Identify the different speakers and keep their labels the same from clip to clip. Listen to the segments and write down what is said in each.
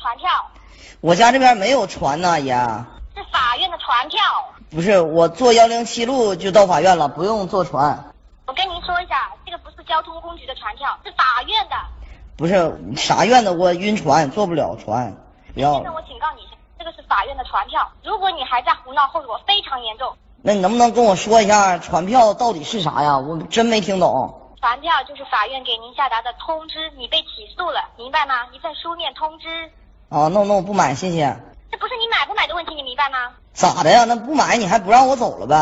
Speaker 1: 传票，
Speaker 2: 我家这边没有船呐，也
Speaker 1: 是法院的传票。
Speaker 2: 不是我坐幺零七路就到法院了，不用坐船。
Speaker 1: 我跟您说一下，这个不是交通工局的传票，是法院的。
Speaker 2: 不是啥院子，我晕船，坐不了船，不要
Speaker 1: 先生，
Speaker 2: 了。
Speaker 1: 我警告你一下，这个是法院的传票，如果你还在胡闹，后果非常严重。
Speaker 2: 那你能不能跟我说一下船票到底是啥呀？我真没听懂。
Speaker 1: 传票就是法院给您下达的通知，你被起诉了，明白吗？一份书面通知，
Speaker 2: 啊，那那我不买，谢谢。
Speaker 1: 这不是你买不买的问题，你明白吗？
Speaker 2: 咋的呀？那不买你还不让我走了呗？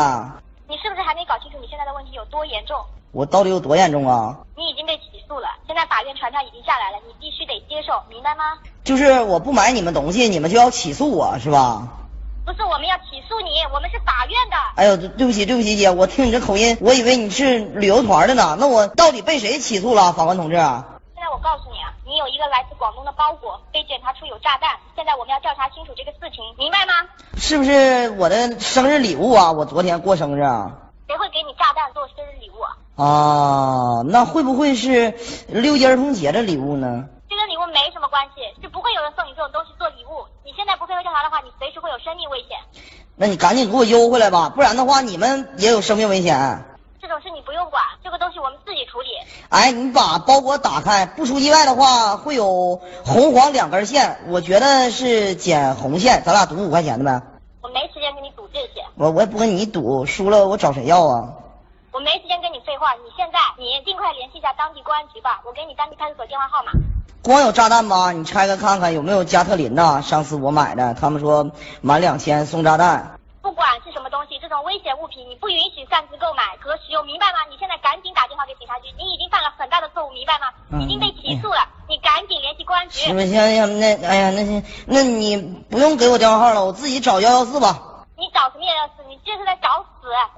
Speaker 1: 你是不是还没搞清楚你现在的问题有多严重？
Speaker 2: 我到底有多严重啊？
Speaker 1: 你已经被起诉了，现在法院传票已经下来了，你必须得接受，明白吗？
Speaker 2: 就是我不买你们东西，你们就要起诉我是吧？
Speaker 1: 不是我们要起诉你，我们是法院的。
Speaker 2: 哎呦，对对不起，对不起，姐，我听你这口音，我以为你是旅游团的呢。那我到底被谁起诉了，法官同志？
Speaker 1: 现在我告诉你啊，你有一个来自广东的包裹被检查出有炸弹，现在我们要调查清楚这个事情，明白吗？
Speaker 2: 是不是我的生日礼物啊？我昨天过生日啊。
Speaker 1: 谁会给你炸弹做生日礼物啊？
Speaker 2: 啊，那会不会是六一儿童节的礼物呢？
Speaker 1: 这跟礼物没什么关系，是不会有人送你这种东西做礼物。你现在不配合调查的话，你随时会有生命危险。
Speaker 2: 那你赶紧给我邮回来吧，不然的话你们也有生命危险。
Speaker 1: 这种事你不用管，这个东西我们自己处理。
Speaker 2: 哎，你把包裹打开，不出意外的话会有红黄两根线，我觉得是捡红线，咱俩赌五块钱的呗。
Speaker 1: 我没时间跟你赌这些，
Speaker 2: 我我也不跟你赌，输了我找谁要啊？
Speaker 1: 我没时间跟你废话。你现在你尽快联系一下当地公安局吧，我给你当地派出所电话号码。
Speaker 2: 光有炸弹吗？你拆开看看有没有加特林呐？上次我买的，他们说满两千送炸弹。
Speaker 1: 不管是什么东西，这种危险物品你不允许擅自购买和使用，明白吗？你现在赶紧打电话给警察局，你已经犯了很大的错误，明白吗？
Speaker 2: 嗯
Speaker 1: 已经被起诉了，你赶紧联系公安局
Speaker 2: 是。不是？行行，那哎呀，那行，那你不用给我电话号了，我自己找幺幺四吧。
Speaker 1: 你找什么也要死，你这是在找死！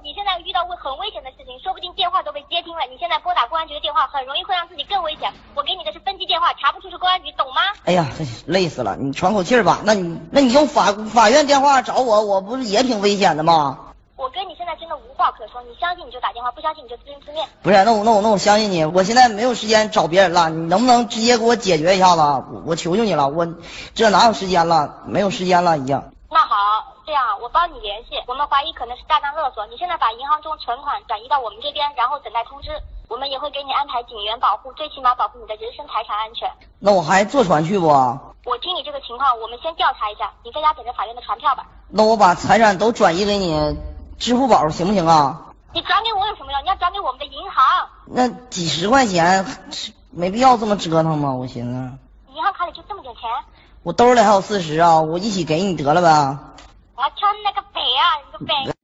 Speaker 1: 你现在遇到会很危险的事情，说不定电话都被接听了。你现在拨打公安局的电话，很容易会让自己更危险。我给你的是分机电话，查不出是公安局，懂吗？
Speaker 2: 哎呀，这累死了，你喘口气儿吧。那你那你用法法院电话找我，我不是也挺危险的吗？
Speaker 1: 我跟你现在真的无话可说，你相信你就打电话，不相信你就自生自灭。
Speaker 2: 不是，那我那我那我相信你，我现在没有时间找别人了，你能不能直接给我解决一下子？我我求求你了，我这哪有时间了？没有时间了已经。
Speaker 1: 那好，这样我帮你联系。我们怀疑可能是炸弹勒索，你现在把银行中存款转移到我们这边，然后等待通知。我们也会给你安排警员保护，最起码保护你的人身财产安全。
Speaker 2: 那我还坐船去不？
Speaker 1: 我听你这个情况，我们先调查一下。你在家等着法院的传票吧。
Speaker 2: 那我把财产都转移给你，支付宝行不行啊？
Speaker 1: 你转给我有什么用？你要转给我们的银行，
Speaker 2: 那几十块钱没必要这么折腾吗？我寻思，
Speaker 1: 银行卡里就这么点钱，
Speaker 2: 我兜里还有四十啊，我一起给你得了呗。
Speaker 1: 我敲你那个北啊，你个北！